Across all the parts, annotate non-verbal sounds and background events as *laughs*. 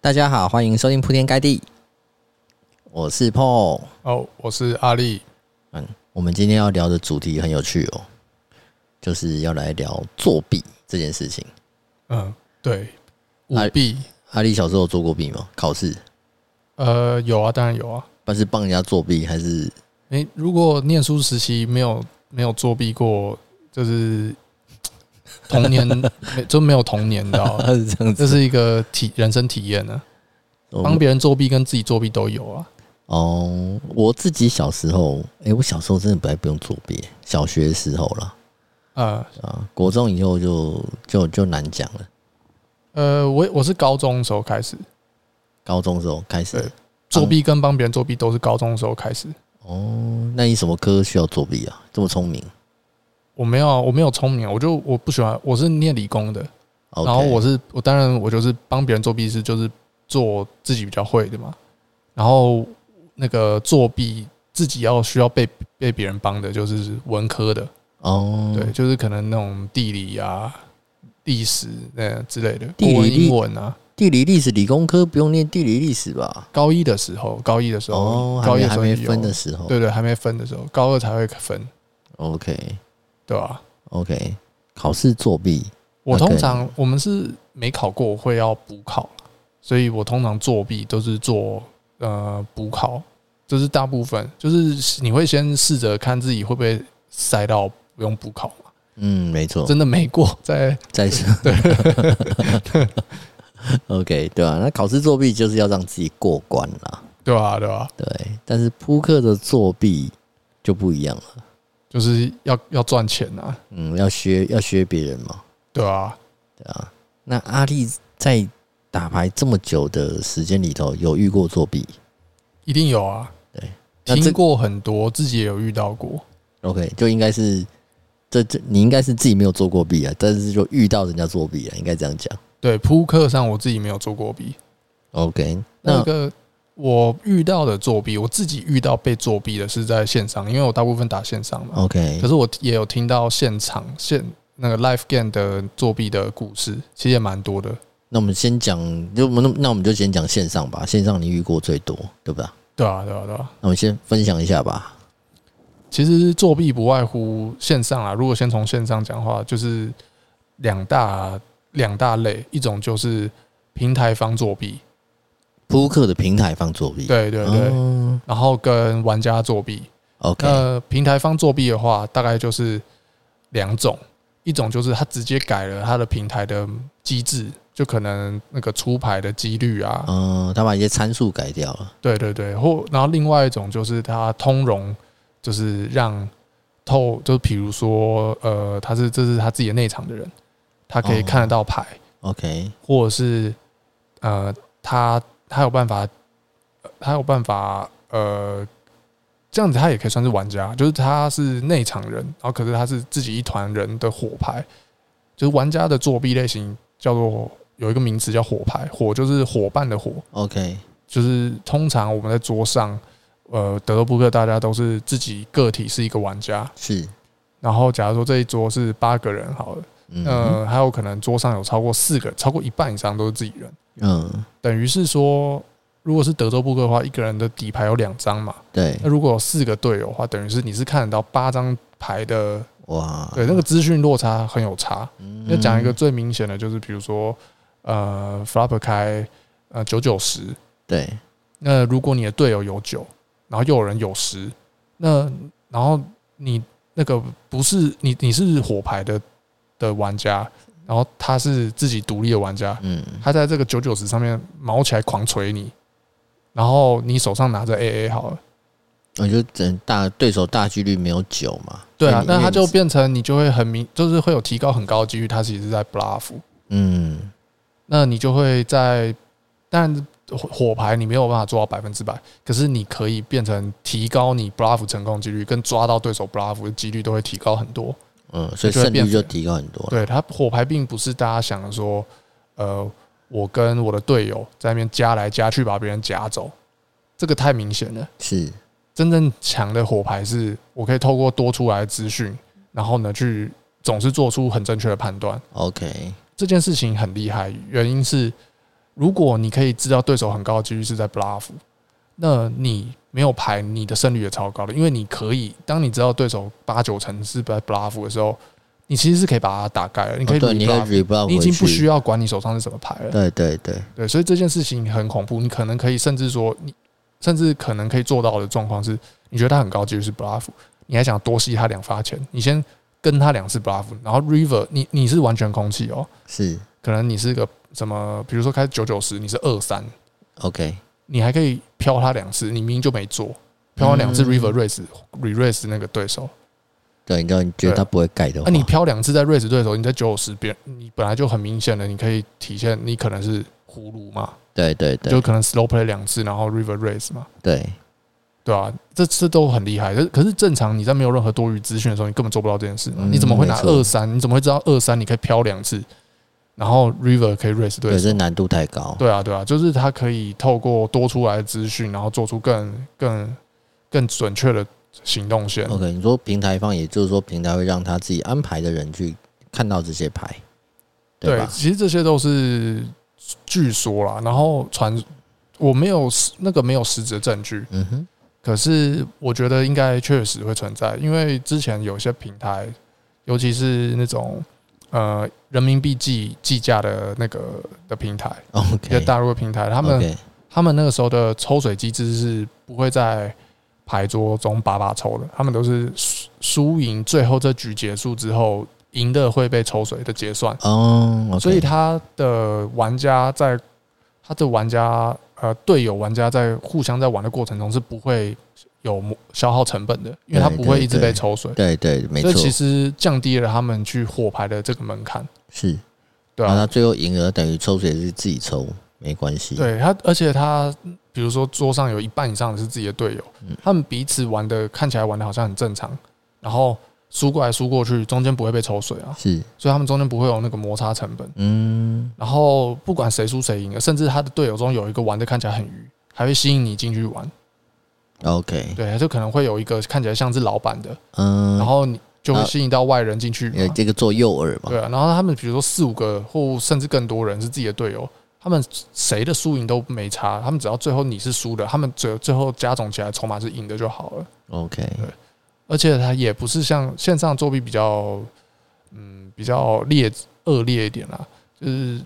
大家好，欢迎收听铺天盖地，我是 Paul。哦，我是阿力。我们今天要聊的主题很有趣哦，就是要来聊作弊这件事情。嗯，对，舞阿弊，阿丽小时候有做过弊吗？考试，呃，有啊，当然有啊。但是帮人家作弊还 *laughs* 是你如果念书时期没有没有作弊过，就是 *laughs* 童年没就没有童年，你 *laughs* 知道吗？是这样这？是一个体人生体验呢、我啊，帮别人作弊跟自己作弊都有啊。哦，我自己小时候，哎、我小时候真的不太不用作弊，小学时候啦，呃啊，国中以后就就就难讲了。呃，我我是高中的时候开始高中时候开始对作弊，跟帮别人作弊都是高中的时候开始。哦，那你什么科需要作弊啊？这么聪明我没有，我没有聪明，我就我不喜欢，我是念理工的， ，OK，然后我是我当然我就是帮别人作弊是就是做自己比较会的嘛，然后那个作弊自己要需要被被别人帮的就是文科的，哦，对，就是可能那种地理啊、历史呃之类的，地理国文、历英文啊。地理历史理工科不用念地理历史吧？高一的时候，高一的时候，哦，还高一没的时还候没有分的时候，对对，还没分的时候，高二才会分， ，OK 对吧、 OK，考试作弊我 OK 通常我们是没考过，我会要补考，所以我通常作弊都是做呃补考，这、是大部分，就是你会先试着看自己会不会塞到不用补考嘛，嗯，没错，真的没过再再 *laughs* 说 *laughs* ，OK，对吧、那考试作弊就是要让自己过关啦，啊对吧、对吧、对。但是扑克的作弊就不一样了，就是要要赚钱啊，嗯，要学要学别人嘛，对吧、对啊。那阿力在打牌这么久的时间里头，有遇过作弊一定有啊，对，那这听过很多，自己也有遇到过， ？OK，就应该是这这你应该是自己没有做过弊啊，但是就遇到人家作弊啊了，应该这样讲。对，扑克上我自己没有做过弊， OK，那那个我遇到的作弊，我自己遇到被作弊的是在线上，因为我大部分打线上嘛。 OK，可是我也有听到现场现那个 live game 的作弊的故事，其实也蛮多的，那我们先讲，就我们那那我们就先讲线上吧，线上你遇过最多，对吧？对啊，对啊，对啊。那我们先分享一下吧。其实作弊不外乎线上啊，如果先从线上讲的话，就是两大两大类，一种就是平台方作弊，扑克的平台方作弊，对对对，哦然后跟玩家作弊， ，OK，那平台方作弊的话，大概就是两种，一种就是他直接改了他的平台的机制，就可能那个出牌的几率啊，嗯，他把一些参数改掉了，对对对，或然后另外一种就是他通融，就是让透，就比如说呃，他是这是他自己的内场的人，他可以哦看得到牌， ，OK，或者是呃，他他有办法，呃他有办法，呃，这样子他也可以算是玩家，就是他是内场人，然后可是他是自己一团人的火牌，就是玩家的作弊类型叫做有一个名词叫火牌，火就是伙伴的火， o k 就是通常我们在桌上，呃，德州扑克大家都是自己个体是一个玩家，是，然后假如说这一桌是八个人好了，嗯呃，还有可能桌上有超过四个，超过一半以上都是自己人。嗯，等于是说，如果是德州扑克的话，一个人的底牌有两张嘛，对那，如果有四个队友的话，等于是你是看得到八张牌的，哇，对，那个资讯落差很有差。嗯，要讲一个最明显的，就是比如说，呃，flop 开呃九九十，对，那如果你的队友有九，然后又有人有十，那然后你那个不是你你是火牌的的玩家，然后他是自己独立的玩家，嗯，他在这个九九十上面毛起来狂捶你，然后你手上拿着 AA 好了，我就整大对手大几率没有九嘛，对啊所以，你那他就因为变成你就会很明，就是会有提高很高的几率，他其实是在 bluff，嗯，那你就会在，但火火牌你没有办法做到百分之百，可是你可以变成提高你 bluff 成功几率跟抓到对手 bluff 的几率都会提高很多。嗯，所以就会胜变率就肥提高很多了，对他火牌并不是大家想的说，呃，我跟我的队友在那边夹来夹去把别人夹走，这个太明显了。是，真正强的火牌是我可以透过多出来的资讯，然后呢去总是做出很正确的判断。 OK，这件事情很厉害，原因是如果你可以知道对手很高的几率是在 bluff，那你没有牌，你的胜率也超高的，因为你可以，当你知道对手八九成是在 bluff 的时候，你其实是可以把它打盖了，你可以哦对，你可 rebluff，以 reblock 你已经不需要。要管你手上是什么牌了。对对对，对，所以这件事情很恐怖，你可能可以甚至说，你甚至可能可以做到的状况是，你觉得他很高几率是 bluff，你还想多吸他两发钱，你先跟他两次 bluff，然后 river 你你是完全空气哦，是可能你是个什么，比如说开九九十，你是二三， OK。你还可以飘他两次，你明明就没做，飘完两次嗯 river raise re raise 那个对手，对，你知道你觉得对他不会盖的那、话，你飘两次在 raise 对手，你在九九十边，你本来就很明显的，你可以体现你可能是葫芦嘛，对对就对可能 slow play 两次，然后 river raise 嘛。对，对啊，这这都很厉害。可是可是正常你在没有任何多余资讯的时候，你根本做不到这件事嘛。嗯你怎么会拿没错二三？你怎么会知道二三你可以飘两次，然后 river 可以 raise 对可手？是难度太高。对啊，对啊，就是他可以透过多出来的资讯，然后做出更更更准确的行动线。 OK，你说平台方，也就是说平台会让他自己安排的人去看到这些牌，对对，吧？其实这些都是据说啦，然后传我没有实那个没有实质的证据，嗯哼，可是我觉得应该确实会存在，因为之前有些平台，尤其是那种呃人民币计计价的那个的平台，一些 OK，大陆的平台，他们 OK，他们那个时候的抽水机制是不会在牌桌中把把抽的，他们都是输输赢最后这局结束之后，赢的会被抽水的结算，哦，OK，所以他的玩家在呃他的玩家呃队友玩家在互相在玩的过程中是不会有磨消耗成本的，因为他对不会对一直对被抽水，对对，没所以错，其实降低了他们去获牌的这个门槛，是。对然后他啊，最后赢了，等于抽水是自己抽，没关系。，对他，而且他比如说桌上有一半以上的是自己的队友嗯，他们彼此玩的看起来玩的好像很正常，然后输过来输过去，中间不会被抽水啊，是，所以他们中间不会有那个摩擦成本。嗯，然后不管谁输谁赢了，甚至他的队友中有一个玩的看起来很愚，还会吸引你进去玩。 OK，对，就可能会有一个看起来像是老板的，嗯，然后你就会啊吸引到外人进去嘛。呃，这个做诱饵嘛，对啊，然后他们比如说四五个或甚至更多人是自己的队友，他们谁的输赢都没差，他们只要最后你是输的，他们只有最后加总起来筹码是赢的就好了。 OK，而且他也不是像线上作弊比较，嗯，比较烈恶劣一点啦，就是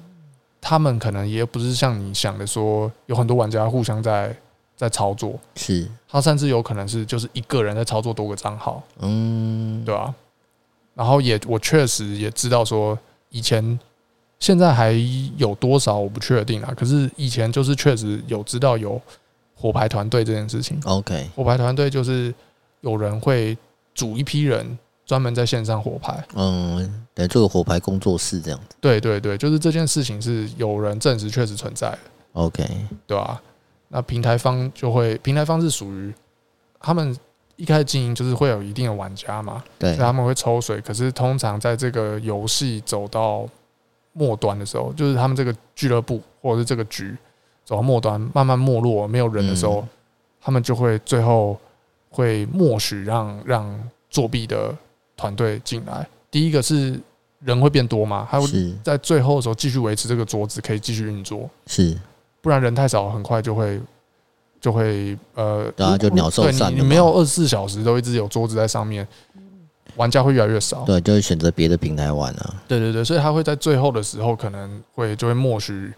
他们可能也不是像你想的说有很多玩家互相在在操作，是，他甚至有可能是就是一个人在操作多个账号，嗯，对吧、然后也我确实也知道说以前。现在还有多少我不确定啊，可是以前就是确实有知道有火牌团队这件事情， ，OK，火牌团队就是有人会组一批人专门在线上火牌。嗯，来做个火牌工作室这样子对对对，就是这件事情是有人证实确实存在的， ，OK，对吧、那平台方就会，平台方是属于他们一开始经营就是会有一定的玩家嘛，对所以，他们会抽水。可是通常在这个游戏走到末端的时候，就是他们这个俱乐部或者是这个局走到末端，慢慢没落，没有人的时候，嗯他们就会最后会默许让让作弊的团队进来。第一个是人会变多嘛，还有是在最后的时候继续维持这个桌子可以继续运作，是，不然人太少，很快就会。就会呃，对啊就鸟兽对散你了你没嘛有二十四小时都一直有桌子在上面，玩家会越来越少。对，就会选择别的平台玩啊，对对对，所以他会在最后的时候可能会就会默许，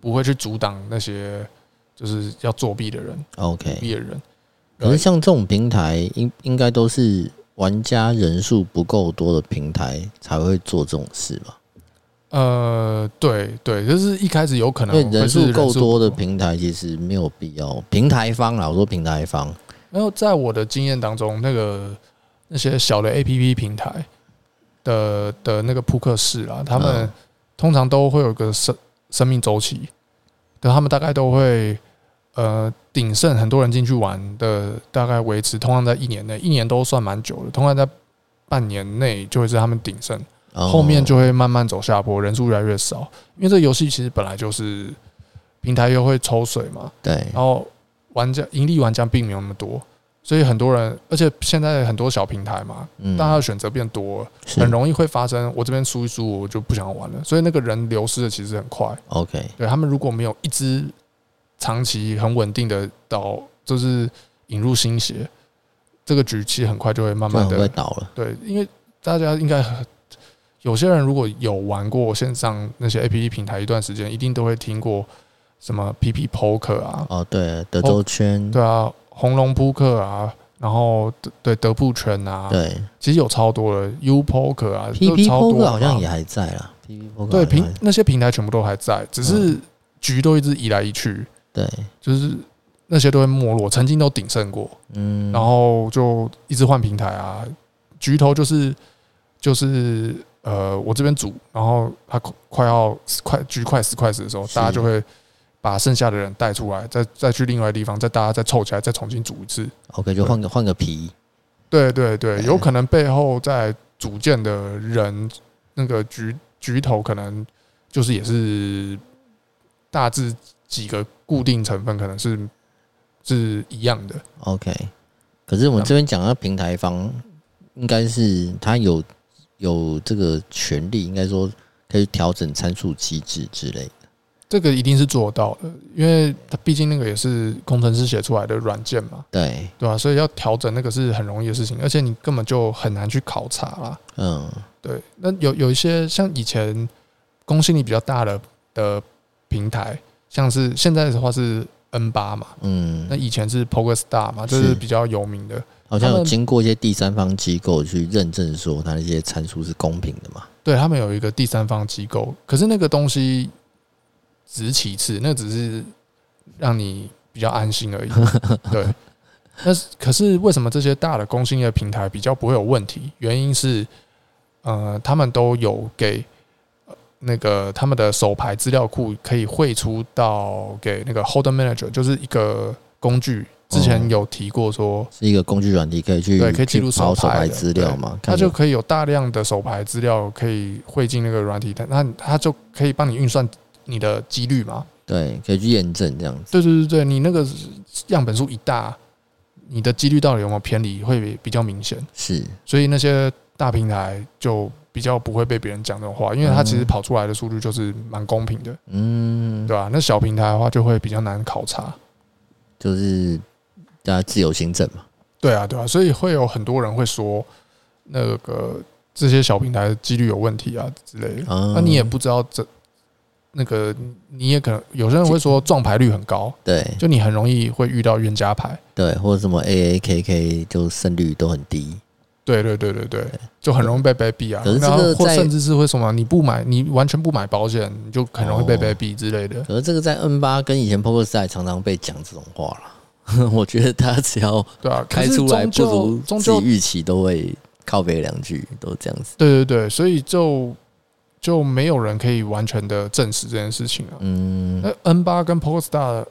不会去阻挡那些就是要作弊的人、作，OK。弊的人。可是像这种平台，应应该都是玩家人数不够多的平台才会做这种事吧？呃，对对，就是一开始有可因能为会人是数够不多的平台其实没有必要。平台方啦，我说平台方，然后在我的经验当中，那个那些小的 A P P 平台的的那个扑克室啊，他们嗯通常都会有个生生命周期，对，他们大概都会呃鼎盛很多人进去玩的，大概维持通常在一年内，一年都算蛮久的，通常在半年内就会是他们鼎盛，哦后面就会慢慢走下坡，人数越来越少，因为这个游戏其实本来就是平台又会抽水嘛，对然后玩家盈利玩家并没有那么多，所以很多人，而且现在很多小平台嘛，嗯，大家的选择变多了，是很容易会发生我这边输一输我就不想玩了，所以那个人流失的其实很快。 OK，对他们如果没有一支长期很稳定的导，就是引入新血，这个局其实很快就会慢就慢很快的倒了。对，因为大家应该很有些人如果有玩过线上那些 A P P 平台一段时间，一定都会听过什么 P P Poker 啊，哦，对，德州圈，对啊，红龙扑克啊，然后德对德布圈啊，对其实有超多的 U Poker 啊 p 都 p 超多 Poker 的好像嘛也还在啦 p p Poker 对好像还嗯平那些平台全部都还在，只是局都一直移来移去，对，就是那些都会没落，曾经都鼎盛过，嗯，然后就一直换平台啊。局头就是就是呃，我这边组，然后他快快要快局快死快死的时候，是大家就会把剩下的人带出来，再再去另外地方，再大家再凑起来，再重新组一次。 OK 就换个换个皮，对对对，嗯有可能背后在组建的人，那个局局头可能就是也是大致几个固定成分，可能是是一样的。 OK，可是我们这边讲到平台方，应该是他有有这个权利，应该说可以调整参数机制之类的。这个一定是做到的，因为它毕竟那个也是工程师写出来的软件嘛，对，对吧、所以要调整那个是很容易的事情，而且你根本就很难去考察啦。嗯，对，那有有一些像以前公信力比较大的的平台，像是现在的话是 N 八嘛，那嗯，以前是 Poker Star 嘛，这是是比较有名的。好像他有们经过一些第三方机构去认证，说他那些参数是公平的嘛？对他们有一个第三方机构，可是那个东西只是其次，那只是让你比较安心而已。对，那是可是为什么这些大的公信力的平台比较不会有问题？原因是，呃，他们都有给呃那个他们的手牌资料库可以汇出到给那个 Holder Manager，就是一个工具。之前嗯有提过说，是一个工具软体，可以去对可以记录去跑手手牌的牌资料嘛？它看就有可以有大量的手牌资料可以汇进那个软体，但那它就可以帮你运算你的几率嘛。对，可以去验证这样子。对对对对，你那个样本数一大，你的几率到底有没有偏离会比较明显，是，所以那些大平台就比较不会被别人讲这种话，因为它其实跑出来的数据就是蛮公平的，嗯对，吧、那小平台的话就会比较难考察。就是大家自由行政嘛。对啊，对啊，所以会有很多人会说那个这些小平台的几率有问题啊之类的。啊那你也不知道这那个，你也可能有些人会说撞牌率很高，对就你很容易会遇到冤家牌。对，或者什么 AAKK 就胜率都很低。对对对对对，就很容易被被逼啊可是。这然个后或在甚至是为什么你不买，你完全不买保险，你就很容易被哦被逼之类的。可是这个在 N 八跟以前 Poker 赛常常被讲这种话了。 *laughs* 我觉得他只要对啊，可开是出来终不究如终自究己预期，都会靠背两句，都这样子。对对对，所以就就没有人可以完全的证实这件事情啊。嗯，那 N 八跟 Polestar，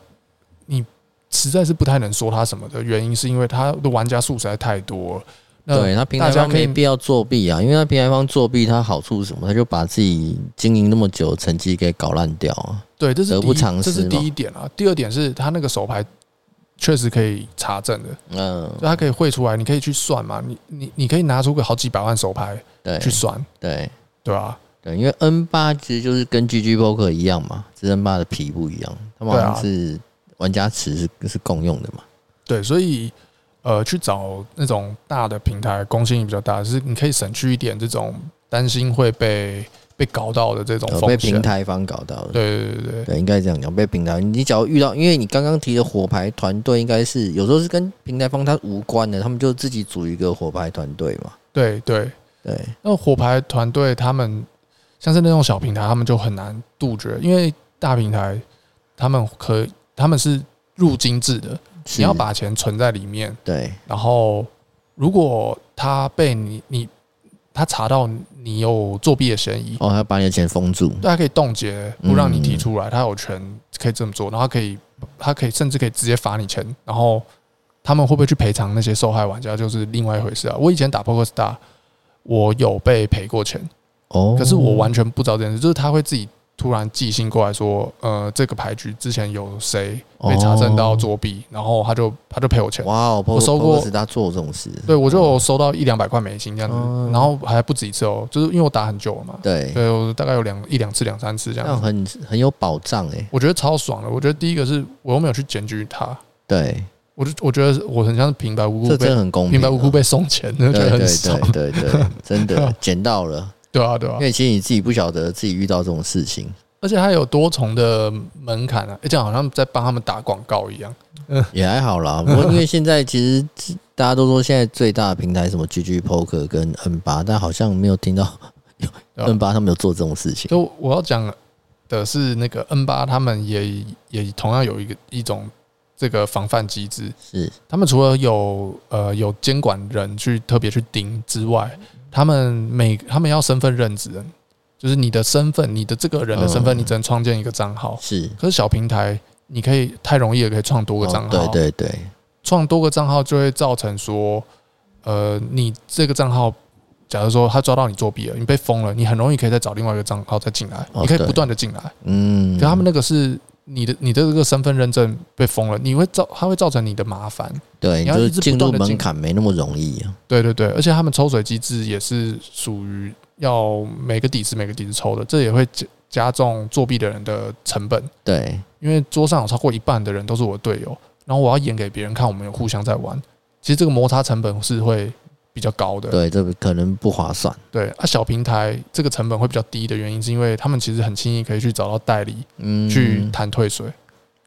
你实在是不太能说它什么的原因，是因为它的玩家数实在太多了。那对他平台大家方可以没必要作弊啊，因为他平台方作弊，他好处是什么？他就把自己经营那么久的成绩给搞烂掉啊。对，这是得第不一，偿这失是嘛第一点啊。第二点是它那个手牌确实可以查证的，嗯，就它可以汇出来，你可以去算嘛。你你你可以拿出个好几百万手牌对去算，对对吧、对，因为 N 八其实就是跟 GG Poker 一样嘛，只是 N 八的皮不一样，他们好对啊像是玩家池是是共用的嘛。对，所以呃，去找那种大的平台，公信力比较大，就是你可以省去一点这种担心会被被搞到的这种哦有被风平险。台方搞到的。对对对对对对，应该这样讲，被平台，你只要遇到，因为你刚刚提的火牌团队，应该是有时候是跟平台方他无关的，他们就自己组一个火牌团队嘛。对对，对，那火牌团队他们像是那种小平台，他们就很难杜绝，因为大平台他们可他们是入金制的，是你要把钱存在里面，对然后如果他被你你他查到你有作弊的嫌疑，哦，他把你的钱封住，对他可以冻结，不让你提出来，他有权可以这么做，然后他可以他可以甚至可以直接罚你钱，然后他们会不会去赔偿那些受害玩家，就是另外一回事啊。我以前打 Poker Star，我有被赔过钱。哦，可是我完全不知道这件事，就是他会自己突然寄信过来说，呃，这个牌局之前有谁被查证到作弊，然后他就他就赔我钱。哦哇哦，我收过是他做这种事，对，我就有收到一两百块美金这样子，哦然后还不止一次哦，就是因为我打很久了嘛，对，对啊我大概有两一两次、两三次这这样样子，很很有保障哎、我觉得超爽的。我觉得第一个是我又没有去检举他，对，我就我觉得我很像是平白这无故真被的很公平、平啊，白无故被送钱，对就觉对得对很爽。对对对，真 *laughs* 的捡到了，对啊，对啊因，为其实你自己不晓得自己遇到这种事情，而且它有多重的门槛啊，诶这样好像在帮他们打广告一样。也还好啦。不过因为现在其实大家都说现在最大的平台什么 GG Poker 跟 N 八，但好像没有听到有对啊 N 八他们有做这种事情。就我要讲的是，那个 N 八他们也也同样有一个一种这个防范机制，是他们除了有呃有监管人去特别去盯之外，他们每他们要身份认知，就是你的身份，你的这个人的身份，嗯你只能创建一个账号。是，可是小平台，你可以太容易也可以创多个哦账，号，对对对，创多个账号就会造成说，呃，你这个账号，假如说他抓到你作弊了，你被封了，你很容易可以再找另外一个账号再进来，哦你可以对不断的进来。嗯，可他们那个是你的你的这个身份认证被封了，你会造它会造成你的麻烦。对，你要就是一直不进入断地进门槛没那么容易啊。对对对，而且他们抽水机制也是属于要每个底子每个底子抽的，这也会加加重作弊的人的成本，对，因为桌上有超过一半的人都是我的队友，然后我要演给别人看，我们有互相在玩，其实这个摩擦成本是会比较高的。对，这个可能不划算。对啊，小平台这个成本会比较低的原因，是因为他们其实很轻易可以去找到代理嗯，去谈退税，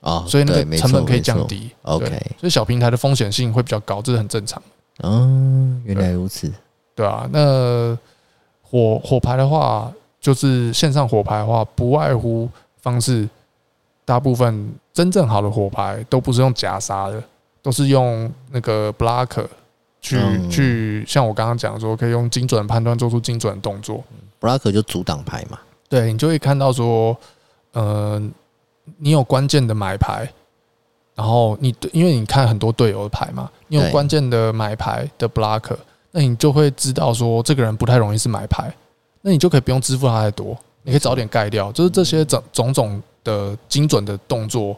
哦，所以那对个没成错本可以没错降低。 OK，对所以小平台的风险性会比较高，这是很正常的，嗯，原来如此。对啊。那火火牌的话，就是线上火牌的话，不外乎方式，大部分真正好的火牌都不是用夹杀的，都是用那个 block 去、嗯去，像我刚刚讲说，可以用精准判断做出精准的动作。布拉克就阻挡牌嘛，对你就会看到说，呃，你有关键的买牌，然后你对，因为你看很多队友的牌嘛，你有对关键的买牌的 block，那你就会知道说这个人不太容易是买牌，那你就可以不用支付他太多，你可以早点盖掉，就是这些种种种的精准的动作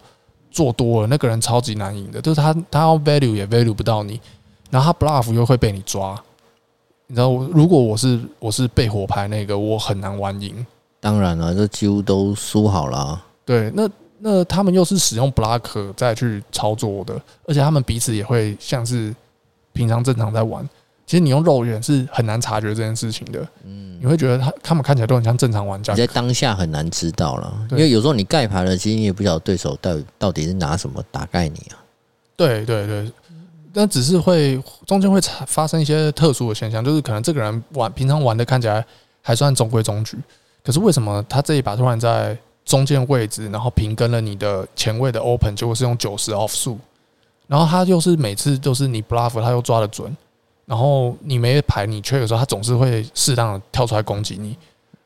做多了，那个人超级难赢的，就是他他要 value 也 value 不到你，然后他 bluff 又会被你抓。你知道，我如果我是我是被火牌那个，我很难玩赢。当然了，这几乎都输好了。啊对，那那他们又是使用 block 再去操作的，而且他们彼此也会像是平常正常在玩。其实你用肉眼是很难察觉这件事情的，嗯，你会觉得他他们看起来都很像正常玩家你，在当下很难知道了，因对为有时候你盖牌了，其实你也不晓得对手到底到底是拿什么打盖你啊。对对对，但只是会中间会产发生一些特殊的现象，就是可能这个人玩平常玩的看起来还算中规中矩，可是为什么他这一把突然在中间位置，然后平跟了你的前卫的 open，结果是用九十 off 数，然后他又是每次都是你 bluff，他又抓得准，然后你没牌你缺的时候，他总是会适当的跳出来攻击你，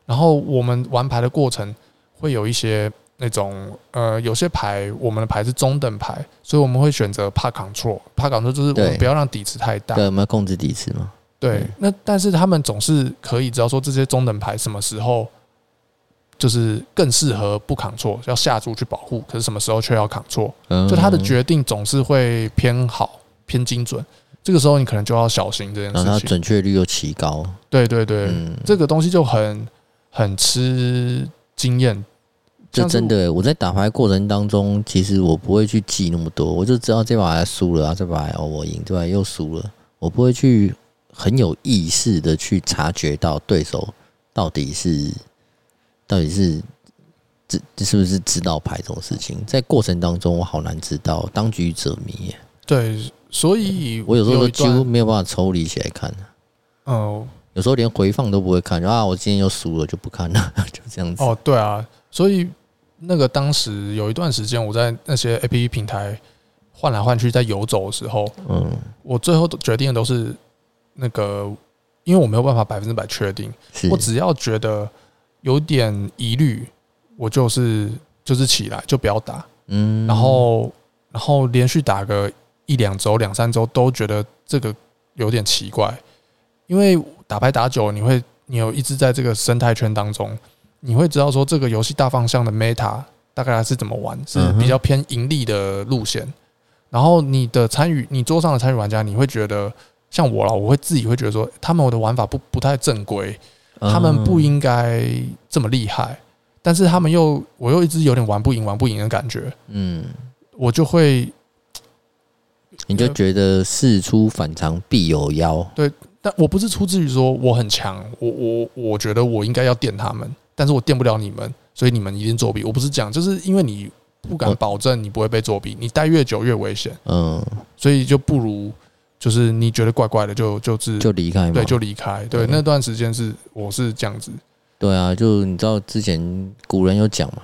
然后我们玩牌的过程会有一些那种呃，有些牌我们的牌是中等牌，所以我们会选择怕 control，怕 control 就是我对们不要让底池太大。对，我们要控制底池嘛。对嗯，那但是他们总是可以知道说这些中等牌什么时候就是更适合不 control，要下注去保护，可是什么时候却要 control，嗯，就他的决定总是会偏好、偏精准。这个时候你可能就要小心这件然后它事情。准确率又奇高。对对对，嗯，这个东西就很很吃经验。这像是真的欸，我在打牌过程当中，其实我不会去记那么多，我就知道这把还输了啊，这把哦我赢，这把又输了，我不会去很有意识的去察觉到对手到底是到底是知是不是知道牌这种事情，在过程当中我好难知道，当局者迷耶，对，所以我有时候都一几乎段没有办法抽离起来看，嗯有时候连回放都不会看，就啊我今天又输了就不看了， *laughs* 就这样子。哦，对啊，所以那个当时有一段时间，我在那些 A P P 平台换来换去，在游走的时候，嗯，我最后都决定的都是那个，因为我没有办法百分之百确定，是我只要觉得有点疑虑，我就是就是起来就不要打，嗯，然后然后连续打个一两周、两三周都觉得这个有点奇怪，因为打牌打久了，你会你有一直在这个生态圈当中，你会知道说这个游戏大方向的 meta 大概是怎么玩，是嗯哼比较偏盈利的路线。然后你的参与，你桌上的参与玩家，你会觉得像我啦，我会自己会觉得说，他们的玩法不不太正规，嗯他们不应该这么厉害，但是他们又我又一直有点玩不赢、玩不赢的感觉，嗯，我就会你啊就觉得事出反常必有妖，但我不是出自于说我很强，我我我觉得我应该要电他们，但是我电不了你们，所以你们一定作弊。我不是这样，就是因为你不敢我保证你不会被作弊，你待越久越危险，嗯，所以就不如就是你觉得怪怪的就就是就离开嘛。对就离开。对，嗯那段时间是我是这样子，对啊，就你知道之前古人有讲嘛，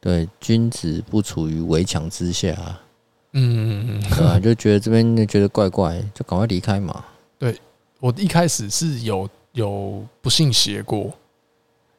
对，君子不处于围墙之下啊、 *laughs* 嗯，嗯嗯嗯对啊，就觉得这边就觉得怪怪，就赶快离开嘛。啊我一开始是有有不信邪过，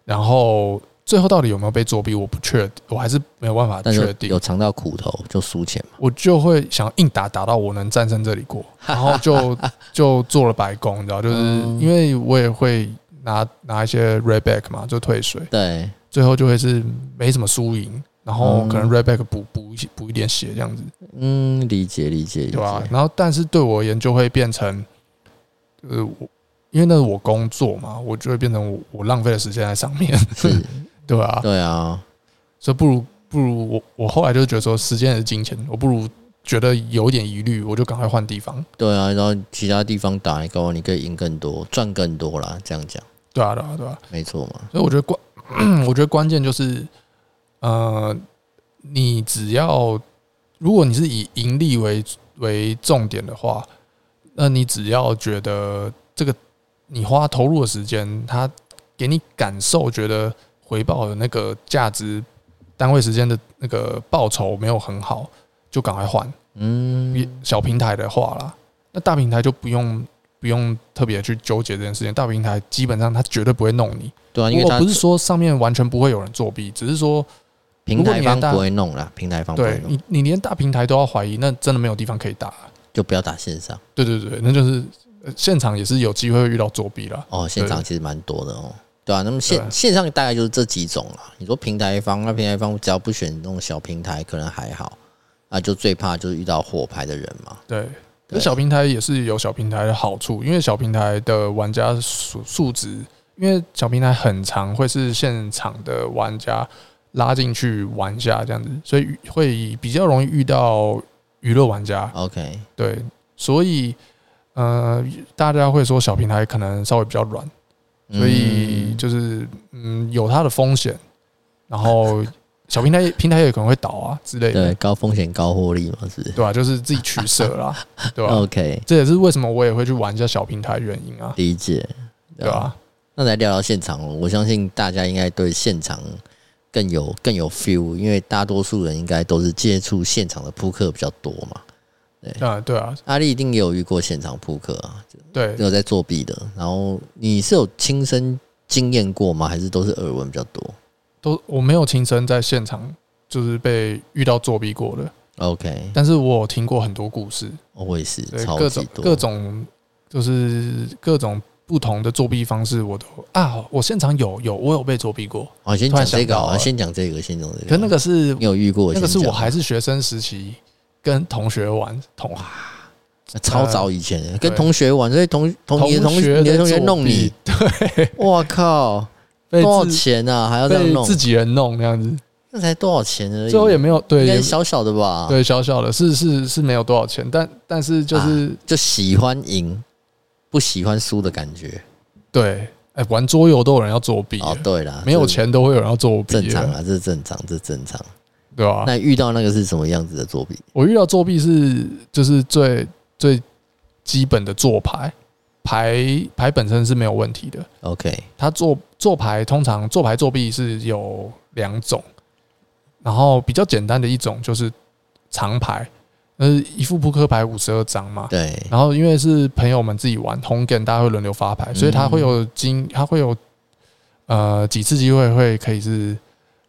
然后最后到底有没有被作弊，我不确，我还是没有办法但确是定。有尝到苦头就输钱嘛。我就会想要硬打打到我能战胜这里 *laughs* 过，然后就就做了白工，你知道，就是嗯因为我也会拿拿一些 rayback 嘛，就退水，对，最后就会是没什么输赢，然后嗯可能 rayback 补补一些补一点血这样子，嗯，理解理解理对啊吧、解。然后但是对我而言就会变成，呃，我因为那是我工作嘛，我就会变成我我浪费了时间在上面， *laughs* 是，对吧、对啊，所以不如不如我我后来就觉得说时间也是金钱，我不如觉得有一点疑虑，我就赶快换地方。对啊，然后其他地方打，搞不好你可以赢更多，赚更多啦。这样讲对啊，对啊，对啊。没错嘛。所以我觉得关， *clears throat* 我觉得关键就是，呃，你只要如果你是以盈利为为重点的话，那你只要觉得这个你花投入的时间，它给你感受觉得回报的那个价值，单位时间的那个报酬没有很好，就赶快换。也嗯，小平台的话啦，那大平台就不用不用特别去纠结这件事情，大平台基本上它绝对不会弄你。对啊，因为我他不是说上面完全不会有人作弊，只是说平台如果你方的大不会弄啦，平台方不会对弄，你，你连大平台都要怀疑，那真的没有地方可以打。就不要打线上对对对，那就是呃现场也是有机会遇到作弊啦。哦。现场其实蛮多的哦，对啊，那么对啊线线上大概就是这几种啦。你说平台方，那平台方只要不选那种小平台，可能还好。啊，就最怕就是遇到火牌的人嘛。对，对那小平台也是有小平台的好处，因为小平台的玩家素素质，因为小平台很常会是现场的玩家拉进去玩一下这样子，所以会比较容易遇到娱乐玩家。 OK，对，啊所以呃，大家会说小平台可能稍微比较软。所以嗯就是嗯，有它的风险，然后 *laughs* 小平台平台也可能会倒啊之类的，对高风险高获利嘛，是不是对吧、就是自己取舍啦， *laughs* 对啊吧、 ？OK，这也是为什么我也会去玩一下小平台的原因啊，理解。啊对啊吧、那来聊聊现场哦，我相信大家应该对现场更有更有 feel，因为大多数人应该都是接触现场的扑克比较多嘛。啊，对啊，阿力一定也有遇过现场扑克啊，对，有在作弊的。然后你是有亲身经验过吗？还是都是耳闻比较多都我没有亲身在现场就是被遇到作弊过的， ？OK，但是我有听过很多故事，哦我也是对超各级种多各种就是各种不同的作弊方式，我都啊，我现场有有我有被作弊过，哦，先突然讲这想个到好了，了先讲这个，先讲这个。可那个是你有遇过？那个是先我讲还是学生时期跟同学玩同超早以前的，跟对同学玩，所以同同你的同呃学你的同学在作弄你弊，，我靠， *laughs* 被多少自钱啊？还要这样被弄自？己人弄那样子，那才多少钱而已，最后也没有对应该也是小小的吧？，对小小的，是是是没有多少钱，但但是就是就喜欢赢，不喜欢输的感觉。对，哎，玩桌游都有人要作弊，哦，对啦，啊没有这钱都会有人要作弊，正常，啊，这正常，这正常。对吧？那遇到那个是什么样子的作弊？我遇到作弊是就是最最基本的做牌，牌牌本身是没有问题的， OK，他做做牌通常做牌作弊是有两种，然后比较简单的一种就是长牌，呃，一副扑克牌五十二张嘛。对，然后因为是朋友们自己玩红 game，大家会轮流发牌，所以他会有嗯经，他会有呃几次机会会可以是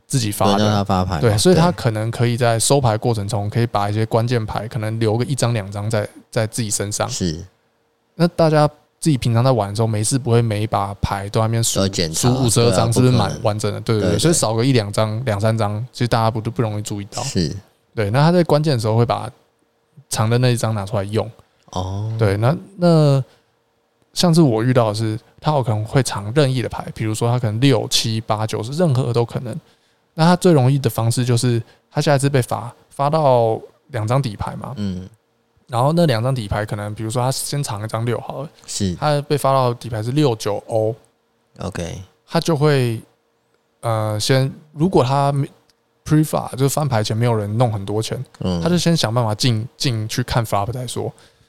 自己发轮到他的，发牌嘛，对，所以他可能可以在收牌过程中可以把一些关键牌可能留个一张两张在在自己身上对，是那大家自己平常在玩的时候，没事不会每一把牌都在那边数要检查数五十二对啊张不是不是可满能完整的，对对对对，对所以少个一两张、两三张，其实大家不都不容易注意到。是对，那他在关键的时候会把长的那一张拿出来用。哦，对，那那像是我遇到的是，他有可能会藏任意的牌，比如说他可能六七八九是任何都可能。那他最容易的方式就是，他下一次被罚罚到两张底牌嘛，嗯，然后那两张底牌可能，比如说他先藏一张六好了，是他被发到底牌是六九欧， OK，他就会呃先，如果他没 pre flop 就是翻牌前没有人弄很多钱，嗯，他就先想办法进进去看 flop 再说。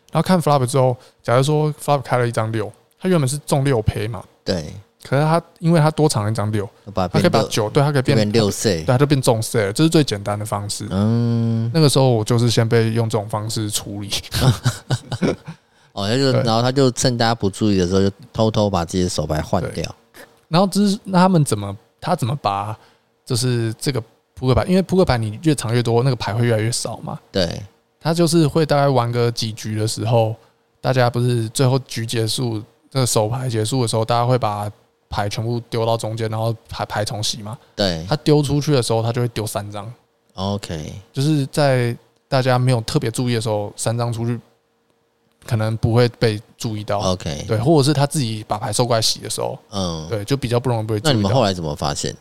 然后看 flop 之后，假如说 flop 开了一张六，他原本是中六赔嘛，对，可是他因为他多藏了一张六，把他变可以把六九对，他可以变变六岁对，，他就变中 C 了，这是最简单的方式。嗯，那个时候我就是先被用这种方式处理， *laughs* 哦，他就对然后他就趁大家不注意的时候，就偷偷把自己的手牌换对掉，然后只是那他们怎么他怎么把就是这个扑克牌，因为扑克牌你越藏越多，那个牌会越来越少嘛。对，他就是会大概玩个几局的时候，大家不是最后局结束，这个手牌结束的时候，大家会把牌全部丢到中间，然后牌牌重洗嘛。对他丢出去的时候，他就会丢三张， ，OK，就是在大家没有特别注意的时候，三张出去可能不会被注意到。哦 OK，哦对，或者是他自己把牌收过来洗的时候，嗯，对，就比较不容易被注那意到。你们后来怎么发现的？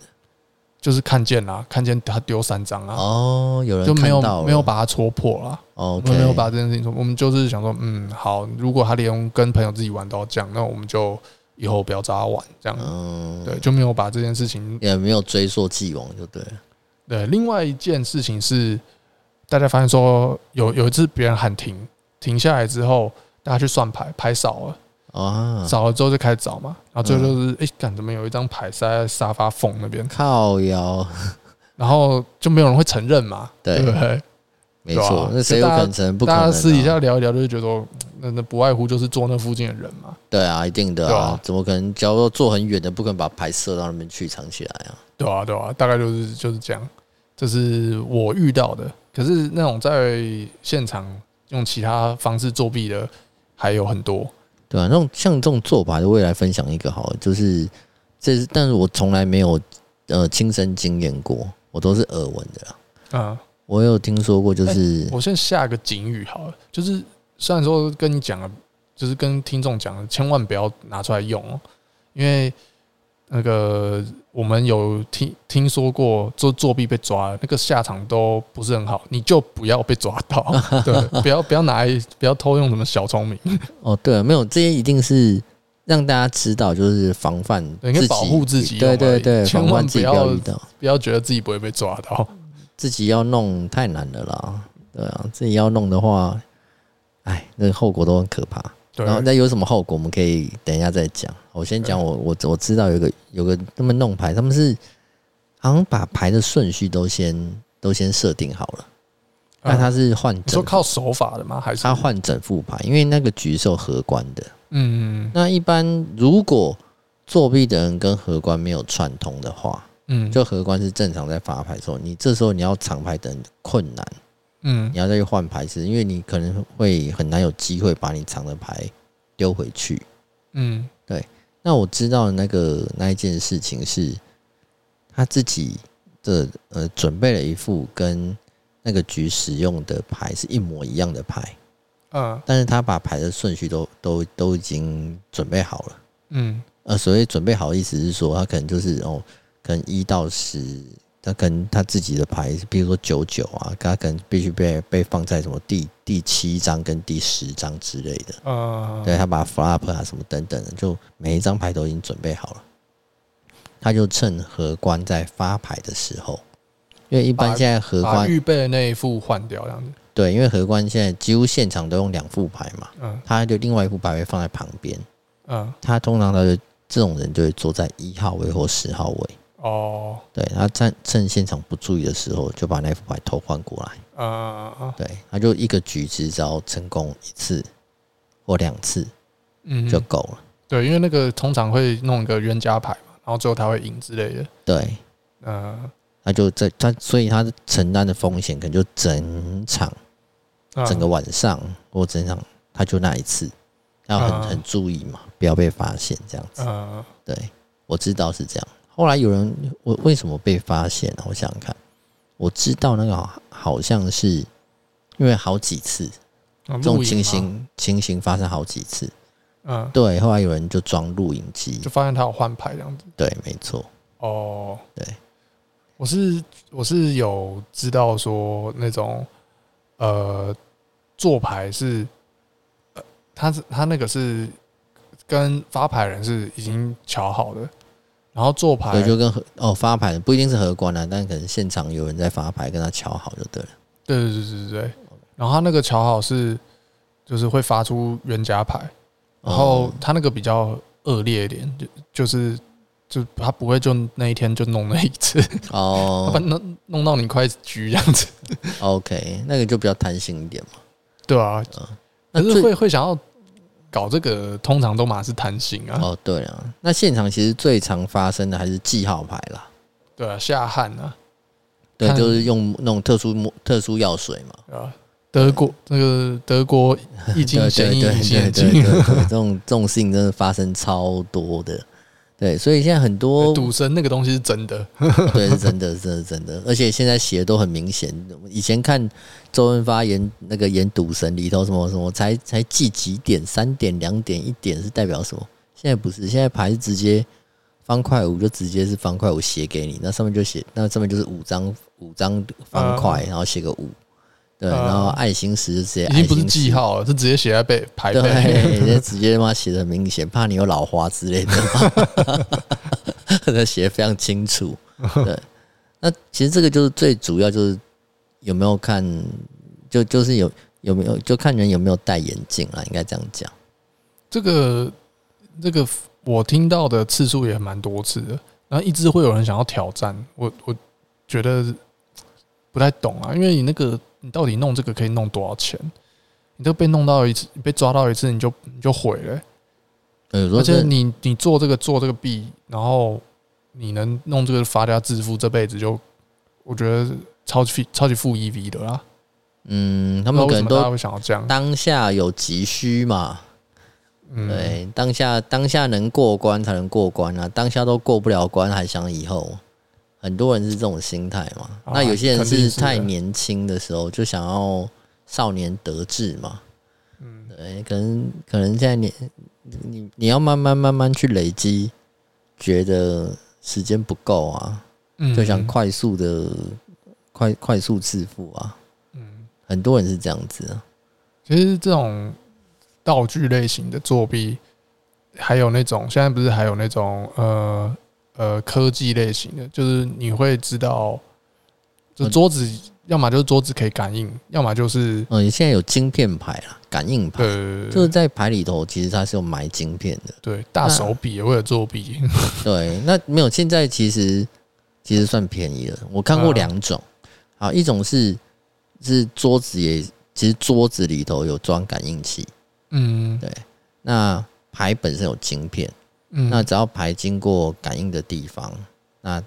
就是看见啦，看见他丢三张啊，哦，有人就看没到有了没有把它戳破啦。我，OK，们没有把这件事情说，我们就是想说，嗯，好，如果他连跟朋友自己玩都要这样，那我们就以后不要找他玩这样。嗯，对，，就没有把这件事情。也没有追溯既往就对了，对，另外一件事情是，大家发现说有有一次别人喊停，停下来之后，大家去算牌，牌少了，啊，少了之后就开始找嘛，然后嗯最后就是，哎，干怎么有一张牌塞在沙发缝那边，靠腰，然后就没有人会承认嘛，对对不对？ *laughs* 没对啊错，那谁有就大家可能？不可大能家啊，私底下聊一聊，就会觉得说嗯那那不外乎就是坐那附近的人嘛。对啊，一定的对啊啊，怎么可能？假如说坐很远的，不可能把牌射到那边去藏起来啊。对啊，对啊，大概就是就是这样，这是我遇到的。可是那种在现场用其他方式作弊的还有很多。对啊，那种像这种做法，我也来分享一个好了，就是这是，但是我从来没有呃亲身经验过，我都是耳闻的啦。嗯，我有听说过，就是、我先下个警语好了，就是虽然说跟你讲了，就是跟听众讲了，千万不要拿出来用哦，因为那个我们有听听说过做作弊被抓了，那个下场都不是很好，你就不要被抓到， *laughs* 对，不要不要拿来不要偷用什么小聪明，哦，对、啊，没有这些一定是让大家知道，就是防范对应该自己，保护自己对对对，千万防范自己不不要要遇到，不要觉得自己不会被抓到。自己要弄太难了啦。对啊，自己要弄的话，哎，那个后果都很可怕。对，然后那有什么后果，我们可以等一下再讲。我先嗯讲我我我知道有一个有个他们弄牌，他们是好像把牌的顺序都先都先设定好了，嗯但他是换你说整靠手法的吗？还是他换整副牌，因为那个局是有荷官的。嗯那一般如果作弊的人跟荷官没有串通的话，嗯就荷官是正常在发牌的时候，你这时候你要藏牌等困难，嗯你要再去换牌是因为你可能会很难有机会把你藏的牌丢回去。嗯那我知道的那个那一件事情是，他自己的呃准备了一副跟那个局使用的牌是一模一样的牌，嗯但是他把牌的顺序都都都已经准备好了。嗯呃，所谓准备好的意思是说，他可能就是哦，可能一到十，他可能他自己的牌，比如说九九啊，他可能必须被被放在什么第第七张跟第十张之类的。嗯，对他把 flop 啊什么等等的，就每一张牌都已经准备好了。他就趁荷官在发牌的时候，因为一般把现在荷把官预备的那一副换掉，这样子。对，因为荷官现在几乎现场都用两副牌嘛，嗯他就另外一副牌会放在旁边。嗯他通常他就这种人就会坐在一号位或十号位，哦对他趁趁现场不注意的时候，就把那副牌偷换过来。嗯嗯对，他就一个局只只要成功一次或两次嗯，就嗯够了。对，因为那个通常会弄一个冤家牌嘛，然后最后他会赢之类的。对，嗯那就在他，所以他承担的风险可能就整场、嗯整个晚上或整场，他就那一次，要很嗯很注意嘛，不要被发现这样子。呃，对，我知道是这样。后来有人我为什么被发现啊？我想想看，我知道那个好好像是因为好几次这这种情，形情形发生好几次，啊嗯、对，后来有人就装录影机就，发现他有换牌这样子。对，没错，哦，对，我是我是有知道说那种呃做牌是，呃，他是他那个是跟发牌人是已经瞧好的，然后做牌对，就跟荷哦发牌不一定是荷官啊，但可能现场有人在发牌，跟他瞧好就对了。对对对对对对，然后他那个瞧好是就是会发出冤家牌，然后哦他那个比较恶劣一点，就就是就他不会就那一天就弄那一次，要不哦然 *laughs* 弄弄到你快局这样子， ，OK，那个就比较贪心一点嘛。对啊，那可是最会会想要搞这个，通常都嘛是贪心啊，哦，对啊，那现场其实最常发生的还是记号牌啦，对啊，下汗啊，对，看就是用那种特殊墨特殊药水嘛，对吧、德国那个德国一斤对显对一对一斤对对对，眼睛，对这种这种事情真的发生超多的，对，所以现在很多赌神那个东西是真的， *laughs* 对，是真的，真的，真的，而且现在写的都很明显。以前看周润发演那个演赌神里头什么什么，才才记几点，三点、两点、一点是代表什么？现在不是，现在牌是直接方块五，就直接是方块五写给你，那上面就写，那上面就是五张五张方块，然后写个五，对，呃然后爱心十就直接啊已爱经不是心记十。号了，是直接写在背牌背。对，就直接他妈写的明显，怕你有老花之类的，他 *laughs* 写的非常清楚。对，那其实这个就是最主要，就是有没有看，就就是有有没有就看人有没有戴眼镜啦，应该这样讲。这个这个我听到的次数也蛮多次的，然后一直会有人想要挑战，我我觉得不太懂啊，因为你那个你到底弄这个可以弄多少钱？你都被弄到一次，你被抓到一次你就你就毁了欸、呃有时候而且真的你你做这个做这个币，然后你能弄这个发家致富，这辈子就我觉得超级超级负 EV 的啦。嗯，他他们可能大家都会想要这样，当下有急需嘛，嗯，对，当下当下能过关才能过关啊，当下都过不了关，还想以后？很多人是这种心态嘛。啊那有些人肯定是是的太年轻的时候就想要少年得志嘛。嗯，对，可能可能现在你你你要慢慢慢慢去累积，觉得时间不够啊，嗯就想快速的快快速致富啊。嗯，很多人是这样子啊。其实这种道具类型的作弊，还有那种现在不是还有那种呃呃科技类型的，就是你会知道，就嗯桌子，要么就是桌子可以感应，要么就是嗯，现在有晶片牌啦，感应牌，呃就是在牌里头，其实它是有埋晶片的。对大手笔也为了作弊，对，那没有，现在其实其实算便宜了。我看过嗯两种，啊，一种是是桌子也，其实桌子里头有装感应器，嗯那牌本身有晶片，嗯，那只要牌经过感应的地方，那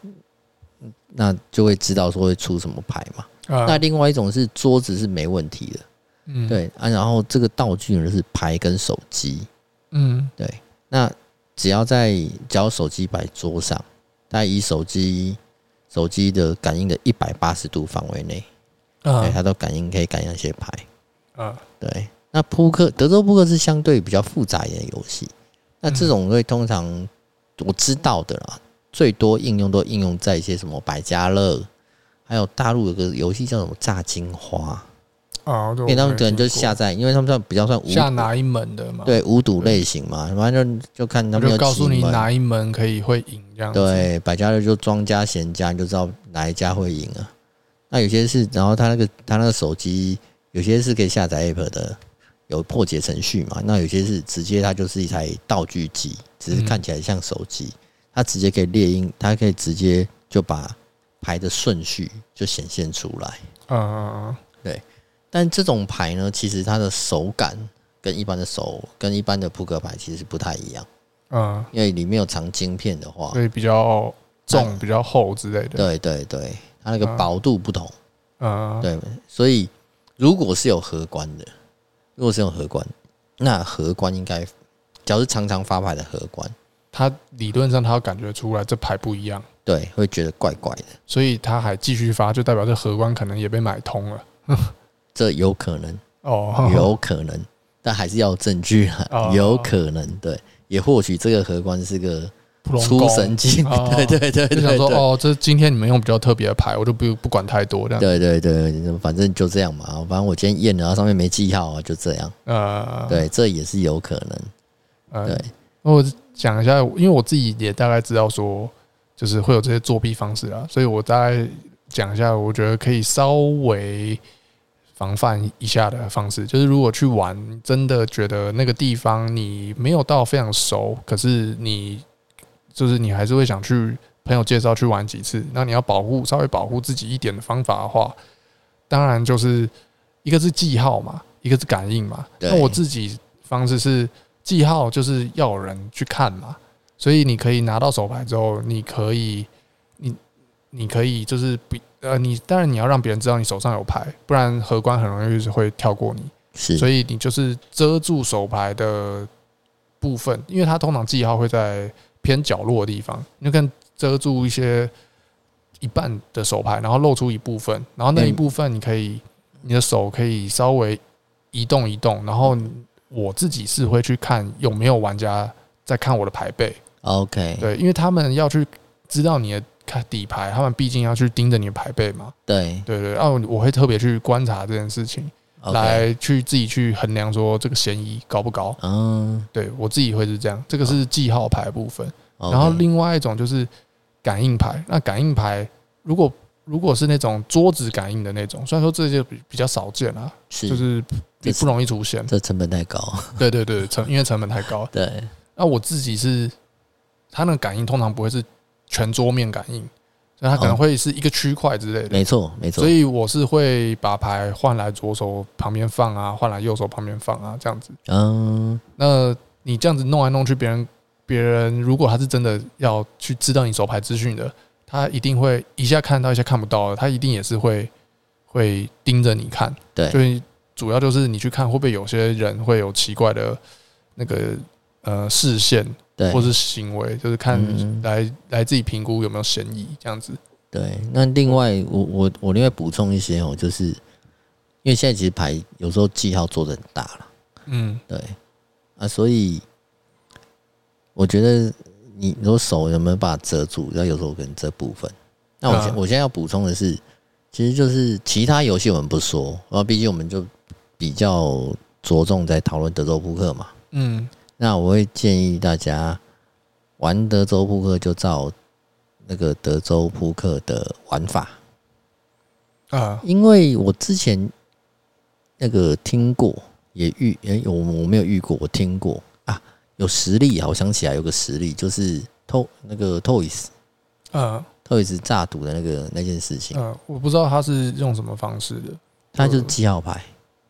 那就会知道说会出什么牌嘛。那那另外一种是桌子是没问题的，啊嗯对啊，然后这个道具呢是牌跟手机，嗯那只要在只要手机摆桌上，大概以手机手机的感应的一百八十度范围内，对，啊它都感应可以感应一些牌。啊对，那扑克德州扑克是相对比较复杂一点的游戏，那这种会通常我知道的啦，最多应用都应用在一些什么百家乐。还有大陆有个游戏叫什么炸金花，啊，因因为他们可能就下载，因为他们算比较算无下哪一门的嘛，，对无赌类型嘛，反正就就看他我们有就告诉几你门哪一门可以会赢这样子，对，百家乐就庄家、闲家，你就知道哪一家会赢啊。那有些是，然后他那个他那个手机有些是可以下载 app 的，有破解程序嘛。那有些是直接它就是一台道具机，只是看起来像手机，它直接可以列印，它可以直接就把牌的顺序就显现出来。嗯，嗯但这种牌呢，其实它的手感跟一般的手跟一般的扑克牌其实是不太一样，嗯嗯，因为里面有藏晶片的话，所以比较重、比较厚之类的，对对对，它那个嗯薄度不同。嗯，对，所以如果是有荷官的，如果是有荷官，那荷官应该，只要是常常发牌的荷官，他理论上他要感觉出来这牌不一样，对，会觉得怪怪的，所以他还继续发，就代表这荷官可能也被买通了。这有可能，哦， *laughs* 有可能，但还是要有证据啊哦，有可能，对，也或许这个荷官是个普通出工神经，哦 *laughs* 对对对就对想对说，哦，这今天你们用比较特别的牌，我就不不管太多这样。对对对，反正就这样嘛，反正我今天验了，它上面没记号啊，就这样，呃，对，这也是有可能，呃，对，我讲一下，因为我自己也大概知道说，就是会有这些作弊方式啊，所以我大概讲一下，我觉得可以稍微防范一下的方式，就是如果去玩，真的觉得那个地方你没有到非常熟，可是你就是你还是会想去朋友介绍去玩几次，那你要保护稍微保护自己一点的方法的话，当然就是一个是记号嘛，一个是感应嘛。对那我自己方式是记号，就是要有人去看嘛，所以你可以拿到手牌之后，你可以你你可以就是不呃，你当然你要让别人知道你手上有牌，不然荷官很容易就是会跳过你。是，所以你就是遮住手牌的部分，因为它通常记号会在偏角落的地方，你就看遮住一些一半的手牌，然后露出一部分，然后那一嗯部分你可以你的手可以稍微移动移动，然后我自己是会去看有没有玩家在看我的牌背， OK，对，因为他们要去知道你的看底牌，他们毕竟要去盯着你的牌背嘛，对对对，啊，我会特别去观察这件事情。 ，OK，来去自己去衡量说这个嫌疑高不高。嗯，对我自己会是这样，这个哦是记号牌的部分。然然后另外一种就是感应牌，那感应牌如果如果是那种桌子感应的那种，虽然说这些比比较少见啊，是就是这也是不容易 *laughs* 出现。这成本太高，对对对，成因为成本太高。对，那我自己是，它那个感应通常不会是全桌面感应，所以它可能哦会是一个区块之类的。没错没错所，以我是会把牌换来左手旁边放啊，换来右手旁边放啊，这样子。嗯，那你这样子弄来弄去，别人别人如果他是真的要去知道你手牌资讯的，他一定会一下看到一下看不到的，他一定也是会会盯着你看。对所以主要就是你去看会不会有些人会有奇怪的那个呃视线对或是行为，就是看嗯来来自己评估有没有嫌疑这样子。对。那另外，我我我另外补充一些哦，就是因为现在其实牌有时候记号做的很大了，嗯，对啊，所以我觉得你如果手有没有把它遮住，要有时候可能这部分。那我现、嗯我现在要补充的是，其实就是其他游戏我们不说，然后毕竟我们就比较着重在讨论德州扑克嘛。嗯，那我会建议大家玩德州扑克就照那个德州扑克的玩法，啊，因为我之前那个听过，也遇诶、我我没有遇过，我听过啊，有实例啊，我想起来有个实例，就是偷那个 Toys 呃， Toys 诈赌的那个那件事情，呃，我不知道他是用什么方式的。它就是记号牌，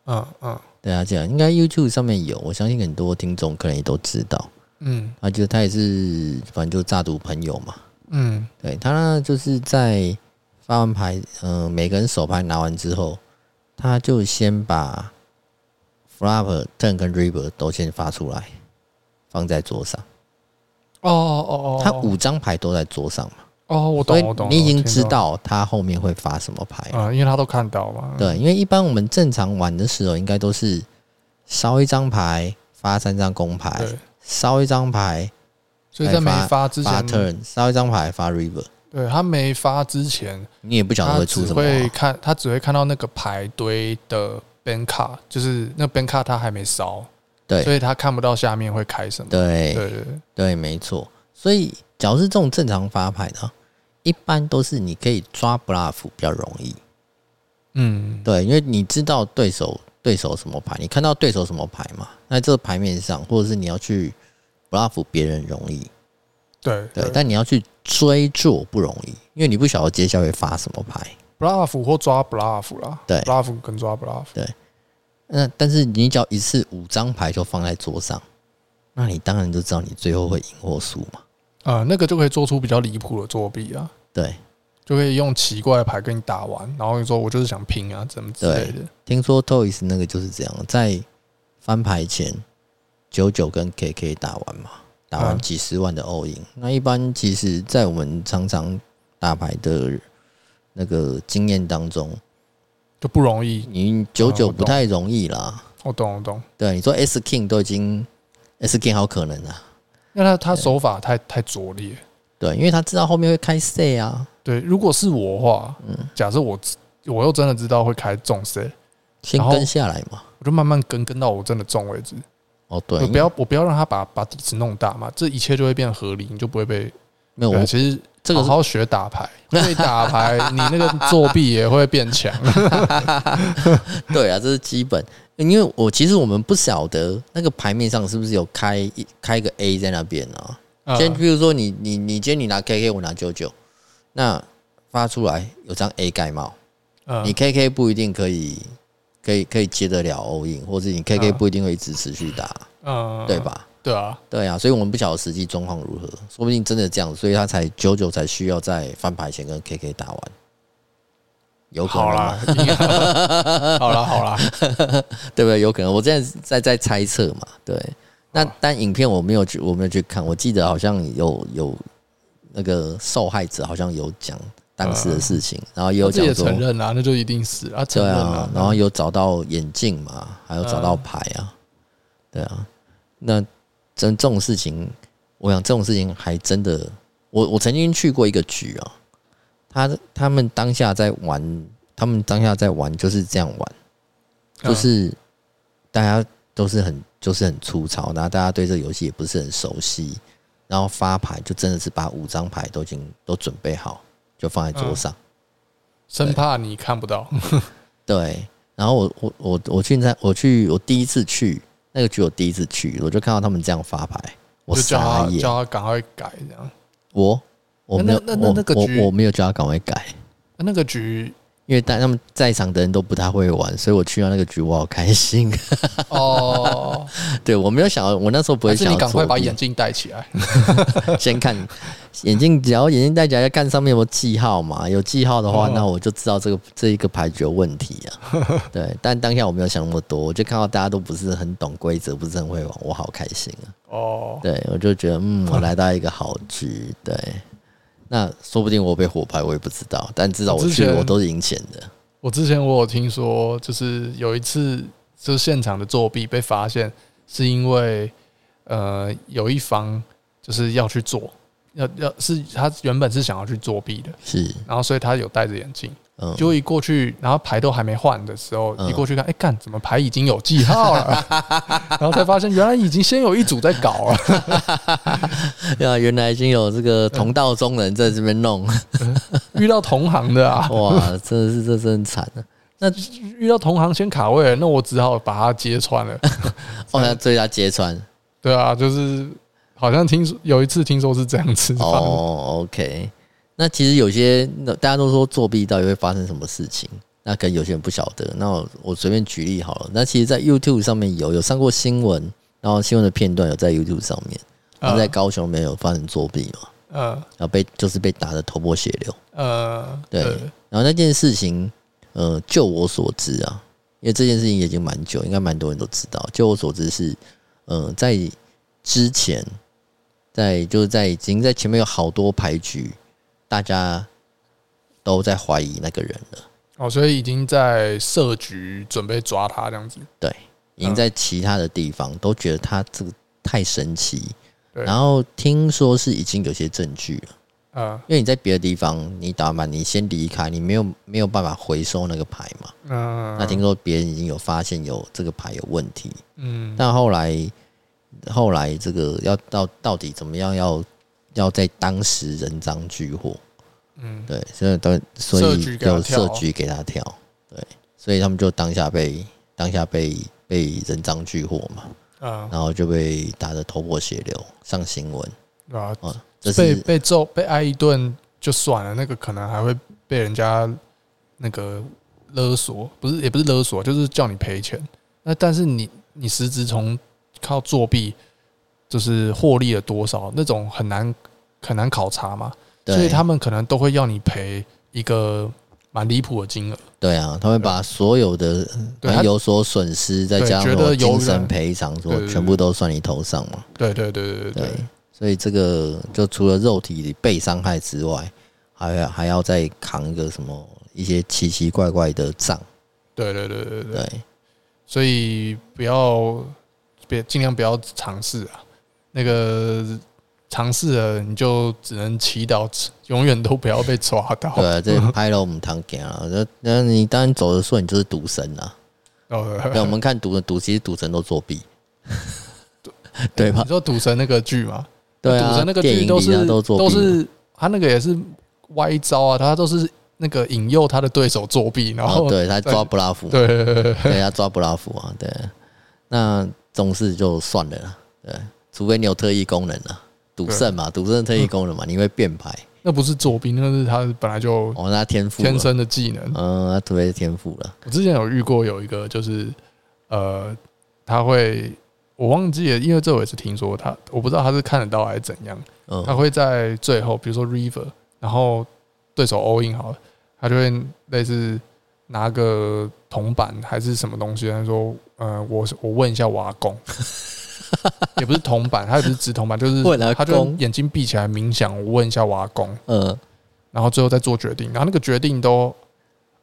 嗯嗯对啊，这样应该 YouTube 上面有，我相信很多听众可能也都知道，嗯啊，就他也是反正就诈赌朋友嘛，嗯对他呢，就是在发完牌，呃，每个人手牌拿完之后，他就先把 flop、turn 跟 river 都先发出来，放在桌上。哦哦哦哦，他五张牌都在桌上嘛，哦，我所懂，我以懂，你已经我听知懂道他后面会发什么牌。啊、因为他都看到嘛。，对，因为一般我们正常玩的时候，应该都是烧一张牌发三张公牌，对烧一张牌所以在没发之发前， turn，烧一张牌发 river，对他没发之前，你也不晓得他会出只什么、啊会。看，他只会看到那个排堆的 ban 卡，就是那 ban 卡他还没烧，对所以他看不到下面会开什么。对对对对，对，没错。所以，假如是这种正常发牌的啊，一般都是你可以抓 bluff 比较容易。嗯，对，因为你知道对手对手什么牌，你看到对手什么牌嘛，那这个牌面上，或者是你要去 bluff 别人容易，对对，但你要去追做不容易，因为你不晓得接下来会发什么牌。 bluff 或抓 bluff 啦，对，bluff 跟抓 bluff，那但是你只要一次五张牌就放在桌上，那你当然就知道你最后会赢或输嘛。呃，那个就可以做出比较离谱的作弊啊，对，就可以用奇怪的牌跟你打完，然后你说我就是想拼啊，怎么之类的。听说 Toys 那个就是这样，在翻牌前九九跟 KK 打完嘛，打完嗯几十万的欧赢。那一般其实，在我们常常打牌的那个经验当中，就不容易。你九啊我九懂不太容易啦。我懂，我懂，对，你说 S King 都已经 S King 好可能啊，因为他他手法太太拙劣。对，因为他知道后面会开 C 啊，对，如果是我的话，嗯假设我知我又真的知道会开重 C，先然后跟下来嘛。我就慢慢跟跟到我真的中为止。哦，对，我因呃不为要我不要让他把把底子弄大嘛，这一切就会变合理，你就不会被。没有对我啊，其实这个好是好学打牌，会打 *laughs* 牌，你那个作弊也会变强。 *laughs* 对啊，这是基本。因为我其实我们不晓得那个牌面上是不是有开一开个 A 在那边啊。嗯先比如说你你你今天你拿 KK，我拿九九，那发出来有张 A 盖帽，你嗯 KK 不一定可以可以可以接得了 all in，或者你 KK 嗯不一定会一直持续打，嗯对？吧？对啊，对啊，所以我们不晓得实际状况如何，说不定真的这样，所以他才九九才需要在翻牌前跟 KK 打完，有可能好啊啦，应该好啦，好啦，对不对？有可能，我现在在在猜测嘛。对，那但影片我没有去，我没有去看。我记得好像有有那个受害者好像有讲当时的事情，然后也有自讲己也说，承认啊，嗯那就一定是啊，承对认啊啊，，嗯然后有找到眼镜嘛，还有找到牌啊，对啊。那真这种事情，我想这种事情还真的，我我曾经去过一个局啊，他他们当下在玩，他们当下在玩就是这样玩。就嗯是大家都是很就是很粗糙，然后大家对这个游戏也不是很熟悉，然后发牌就真的是把五张牌都已经都准备好，就放在桌上。嗯生怕你看不到。对，然后我我我我去在我去我第一次去那个局，我第一次去我就看到他们这样发牌，我就叫傻他眼，叫他赶快改这样。我我没有那那那那个我局我我没有叫他赶快改。那个 *laughs* 局因为大他们在场的人都不太会玩，所以我去到那个局，我好开心。 *laughs* 哦，对我没有想要，我那时候不还会是想你要赶快作把弊眼镜戴起来。 *laughs* 先看眼镜，只要眼镜戴起来，要看上面有没有记号嘛。有记号的话，哦那我就知道这个这一个牌局有问题啊。 *laughs* 对，但当下我没有想那么多，我就看到大家都不是很懂规则，不是很会玩，我好开心啊。哦，对，我就觉得嗯，我来到一个好局。对，那说不定我被火牌，我也不知道，但至少我之去前我都是赢钱的。我之前我有听说，就是有一次就是现场的作弊被发现，是因为呃有一方就是要去做，要要是他原本是想要去作弊的，是，然后所以他有戴着眼镜，嗯，结果一过去，然后牌都还没换的时候，嗯一过去看，哎、干怎么牌已经有记号了？ *laughs* 然后才发现原来已经先有一组在搞啊了，对 *laughs* 啊，原来已经有这嗯个同道中人在这边 *laughs* 弄，遇到同行的啊，哇，真的是这真的惨啊！遇到同行先卡位了，那我只好把他揭穿 *laughs* 了。嗯哦，那追他揭穿。对啊，就是好像听说有一次听说是这样子发生的，哦，OK，那其实有些那大家都说作弊到底会发生什么事情，那可能有些人不晓得。那我我随便举例好了，那其实，在 YouTube 上面有有上过新闻，然后新闻的片段有在 YouTube 上面，然啊后在高雄没有发生作弊嘛，呃然后被就是被打的头破血流。呃，对呃然后那件事情，呃，就我所知啊，因为这件事情已经蛮久，应该蛮多人都知道。就我所知是，呃，在之前，在就是在已经在前面有好多牌局，大家都在怀疑那个人了，哦，所以已经在设局准备抓他这样子。已经在其他的地方都觉得他这个太神奇。对然后听说是已经有些证据了，呃因为你在别的地方你打满，你先离开，你没有没有办法回收那个牌嘛。嗯，那听说别人已经有发现有这个牌有问题，嗯但后来后来这个要到到底怎么样要要在当时人赃俱获，嗯，对，所以当所设以局给他有跳哦设局给他跳，对，所以他们就当下被当下被被人赃俱获嘛，呃，然后就被打得头破血流，上新闻对啊，啊，这是被被揍被挨一顿就算了，那个可能还会被人家那个勒索，不是也不是勒索，就是叫你赔钱。那但是你你实质从靠作弊就是获利了多少，那种很难很难考察嘛，所以对他们可能都会要你赔一个蛮离谱的金额。对啊，他会把所有的对反他正有所损失，再对加上觉什么得有精神人赔偿，对说对对全部都算你头上嘛。对对对对对对对，所以这个就除了肉体被伤害之外，还要还要再扛一个什么一些奇奇怪怪的账。对对对对对，对，所以不要别尽量不要尝试啊，那个尝试了你就只能祈祷，永远都不要被抓到。对啊，这拍了我们堂给啊，那那你当然走的顺，你就是赌神啊。对，我 *laughs* 哦，们看赌赌，其实赌神都作弊， *laughs* 对吧 *laughs* 你？说《赌神》那个剧吗？对赌啊，神那个电剧影都里他是都作弊哦嘛，是他那个也是歪招啊，他都是那个引诱他的对手作弊，然然后后对他抓布拉夫嘛，对对 *laughs* 对对对哦对他抓布拉夫啊，对，那总是就算了啦，对，除非你有特异功能啊，赌圣嘛，赌圣特异功能 *laughs* 嘛，你会变牌，那不是作弊，那是他本来就哦，那他天赋了，天生的技能。嗯，他特别是天赋了，我之前有遇过有一个，就是呃，他会我忘记了，因为这我也是听说他，我不知道他是看得到还是怎样，他嗯，会在最后，比如说 River，然后对手 all in 好了，他就会类似拿个铜板还是什么东西，他说呃，我我问一下我阿公。 *laughs* 也不是铜板，他也不是直铜板，就是问阿公他就眼睛闭起来冥想，我问一下我阿公，呃，然后最后再做决定，然后那个决定都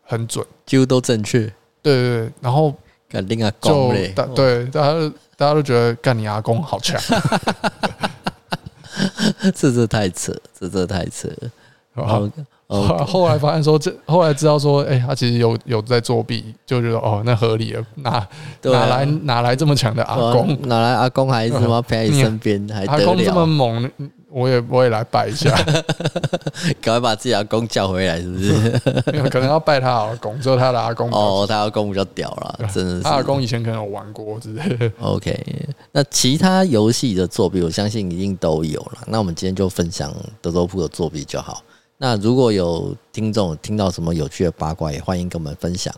很准，几乎都正确，对对对，然后肯定啊，就高嘞，大哦，对大家都大家都觉得干你阿公好 *laughs* 强，这这太扯，这这太扯了，然后哦哦，后来发现说这后来知道说，哎、他其实有有在作弊，就觉得哦那合理了，哪对啊哪来哪来这么强的阿公哦，哪来阿公还是妈陪在你身边，还 *laughs* 阿得公这么了？猛，我也我也来拜一下， *laughs* *laughs* 赶快把自己阿公叫回来，是不是？因为可能要拜他阿公，只有他的阿公比较哦，他阿公比较屌啦，真的是嗯他。阿公以前可能有玩过之类的， *laughs* OK，那其他游戏的作弊，我相信一定都有了。那我们今天就分享德州扑克作弊就好。那如果有听众听到什么有趣的八卦，也欢迎跟我们分享。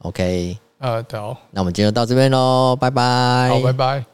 OK，呃，对哦，那我们今天就到这边喽，拜拜，好，拜拜。